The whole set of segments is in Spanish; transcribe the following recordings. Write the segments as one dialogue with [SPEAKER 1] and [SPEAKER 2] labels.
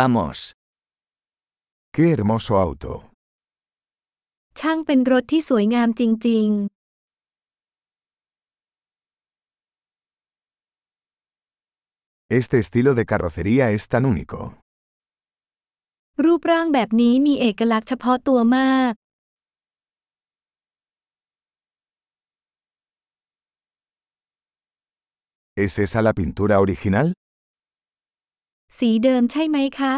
[SPEAKER 1] Vamos.
[SPEAKER 2] ¡Qué hermoso auto!
[SPEAKER 3] ช่างเป็นรถที่สวยงามจริง
[SPEAKER 2] Este estilo de carrocería es tan único.
[SPEAKER 3] ๆ รูปร่างแบบนี้มีเอกลักษณ์เฉพาะตัวมาก
[SPEAKER 2] ¿Es esa la pintura original?
[SPEAKER 3] สีเดิมใช่ไหมคะ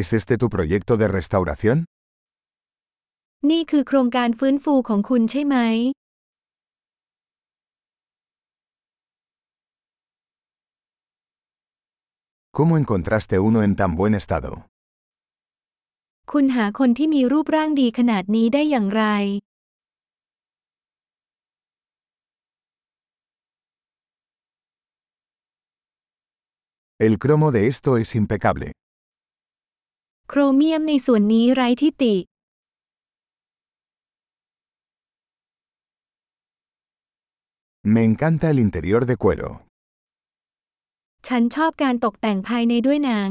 [SPEAKER 2] ¿Es este tu proyecto de restauración?
[SPEAKER 3] นี่คือโครงการฟื้นฟูของคุณใช่ไหม
[SPEAKER 2] ¿Cómo encontraste uno en tan buen estado?
[SPEAKER 3] คุณหาคนที่มีรูปร่างดีขนาดนี้ได้อย่างไร
[SPEAKER 2] El cromo de esto es impecable.
[SPEAKER 3] โครเมียมในส่วนนี้ไร้ที่ติ
[SPEAKER 2] Me encanta el interior de cuero.
[SPEAKER 3] ฉันชอบการตกแต่งภายในด้วยหนัง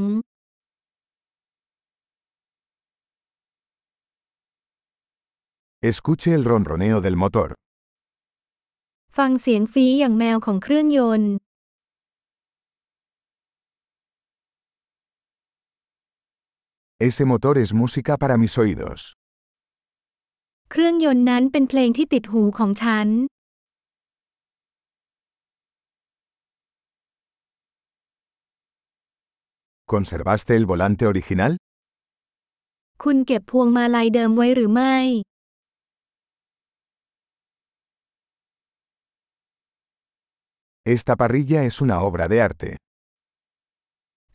[SPEAKER 2] Escuche el ronroneo del motor.
[SPEAKER 3] ฟังเสียงฟีอย่างแมวของเครื่องยนต์
[SPEAKER 2] Ese motor es música para mis oídos.
[SPEAKER 3] เครื่องยนต์นั้นเป็นเพลงที่ติดหูของฉัน
[SPEAKER 2] ¿Conservaste el volante original?
[SPEAKER 3] คุณเก็บพวงมาลัยเดิมไว้หรือไม่
[SPEAKER 2] Esta parrilla es una obra de arte.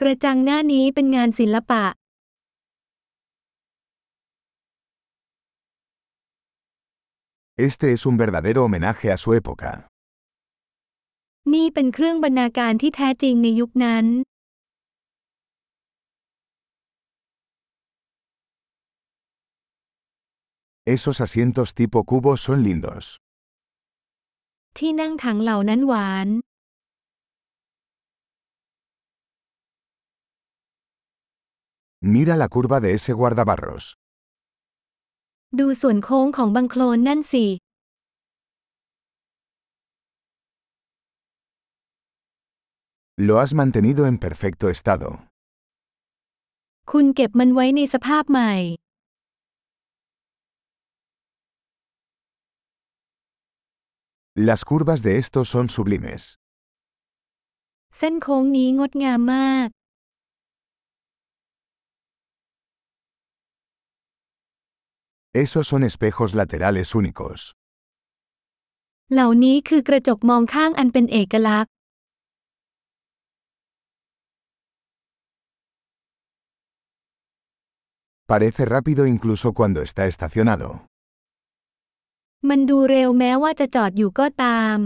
[SPEAKER 3] กระจังหน้านี้เป็นงานศิลปะ
[SPEAKER 2] Este es un verdadero homenaje a su época.
[SPEAKER 3] นี่เป็นเครื่องบรรณาการที่แท้จริงในยุคนั้น
[SPEAKER 2] Esos asientos tipo cubo son lindos.
[SPEAKER 3] ที่นั่งถังเหล่านั้นหวาน
[SPEAKER 2] Mira la curva de ese guardabarros.
[SPEAKER 3] ดูส่วนโค้งของบังโคลนนั่นสิ
[SPEAKER 2] Lo has mantenido en perfecto estado.
[SPEAKER 3] คุณเก็บมันไว้ในสภาพใหม่
[SPEAKER 2] Las curvas de estos son sublimes.
[SPEAKER 3] เส้นโค้งนี้งดงามมาก
[SPEAKER 2] Esos son espejos laterales únicos.
[SPEAKER 3] เหล่านี้คือกระจกมองข้างอันเป็นเอกลักษณ์
[SPEAKER 2] Parece rápido incluso cuando está estacionado.
[SPEAKER 3] มันดูเร็วแม้ว่าจะจอดอยู่ก็ตาม